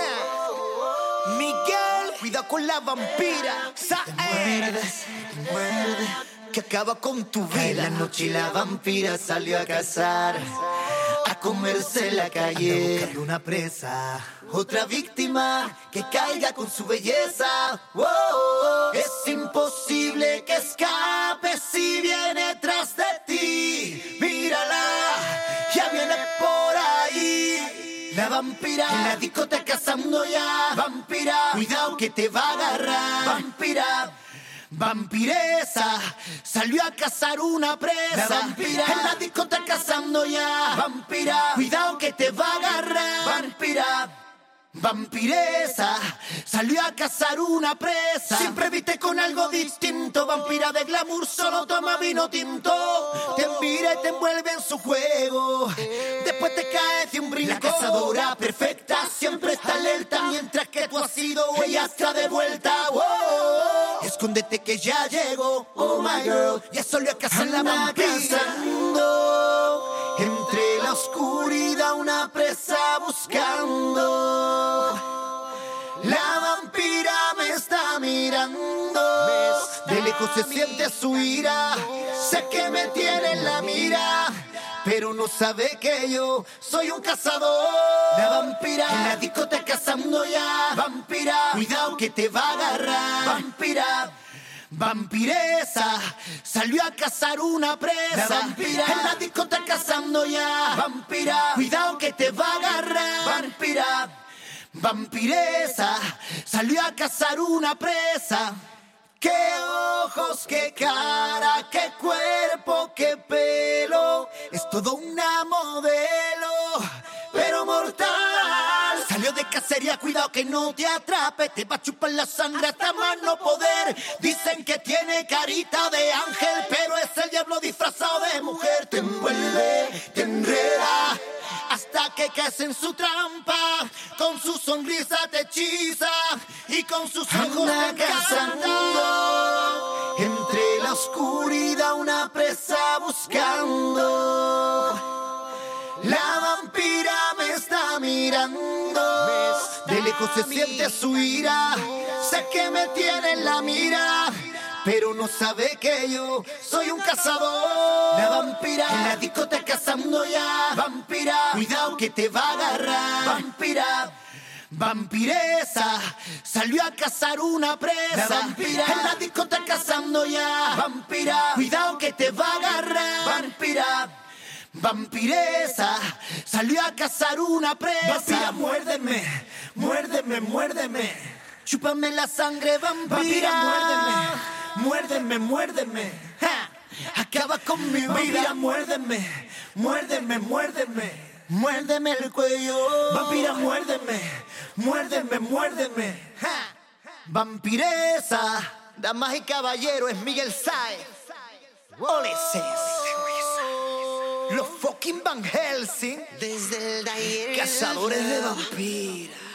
Ja. Miguel, cuidado con la vampira. Saez, que acaba con tu vida. La noche la vampira salió a cazar, a comerse la Anda calle. buscando una presa. Otra víctima que caiga con su belleza. Oh, oh, oh. Es imposible que escape si viene tras de ti. Mírala, ya viene por ahí. La vampira en la discoteca cazando ya. Vampira, cuidado que te va a agarrar. Vampira. Vampiresa salió a cazar una presa. La vampira. en la discoteca cazando ya. Vampira, cuidado que te va a agarrar. Vampira. Vampiresa, salió a cazar una presa. Siempre viste con algo distinto. Vampira de glamour, solo toma vino tinto. Te mira y te envuelve en su juego. Después te caes de un brinco. La cazadora perfecta, siempre está alerta. Mientras que tú has sido, ella está de vuelta. Oh, Escóndete que ya llegó. Oh my girl, ya salió a cazar la Anda vampira. Cazando, entre la oscuridad, una presa buscando. La vampira me está mirando. De lejos se siente su ira. Sé que me tiene en la mira. Pero no sabe que yo soy un cazador. La vampira en la discoteca cazando ya. Vampira, cuidado que te va a agarrar. Vampira. Vampiresa salió a cazar una presa. La vampira. en la discoteca cazando ya. Vampira, cuidado que te va a agarrar. Vampira, vampiresa salió a cazar una presa. Qué ojos, qué cara, qué cuerpo, qué pelo. Es todo una modelo, pero mortal. Salió de cacería, cuidado que no te atrape. Te va a chupar la sangre hasta más no poder. Dicen que tiene carita de ángel, pero es el diablo disfrazado de mujer. Te envuelve, te enreda. Hasta que caes en su trampa, con su sonrisa te hechiza y con sus ojos te Anda encanta. Entre la oscuridad una presa buscando. La vampira me está mirando. De lejos se siente su ira. Sé que me tiene en la mira. Pero no sabe que yo soy un cazador. La vampira en la discoteca cazando ya. Vampira, cuidado que te va a agarrar. Vampira. Vampiresa salió a cazar una presa. La vampira. en la discoteca cazando ya. Vampira, cuidado que te va a agarrar. Vampira. Vampiresa salió a cazar una presa. Vampira, muérdeme, muérdeme, muérdeme. Chúpame la sangre, vampira. Vampira, muérdeme, muérdeme, muérdeme. Ja, acaba con mi Vampira, vida. muérdeme, muérdeme, muérdeme. Muérdeme el cuello. Vampira, muérdeme, muérdeme, muérdeme. Ja, vampiresa. Damas y caballero, es Miguel Saez. Oleses. Los fucking Van Helsing. Desde el taller. Cazadores de vampiras.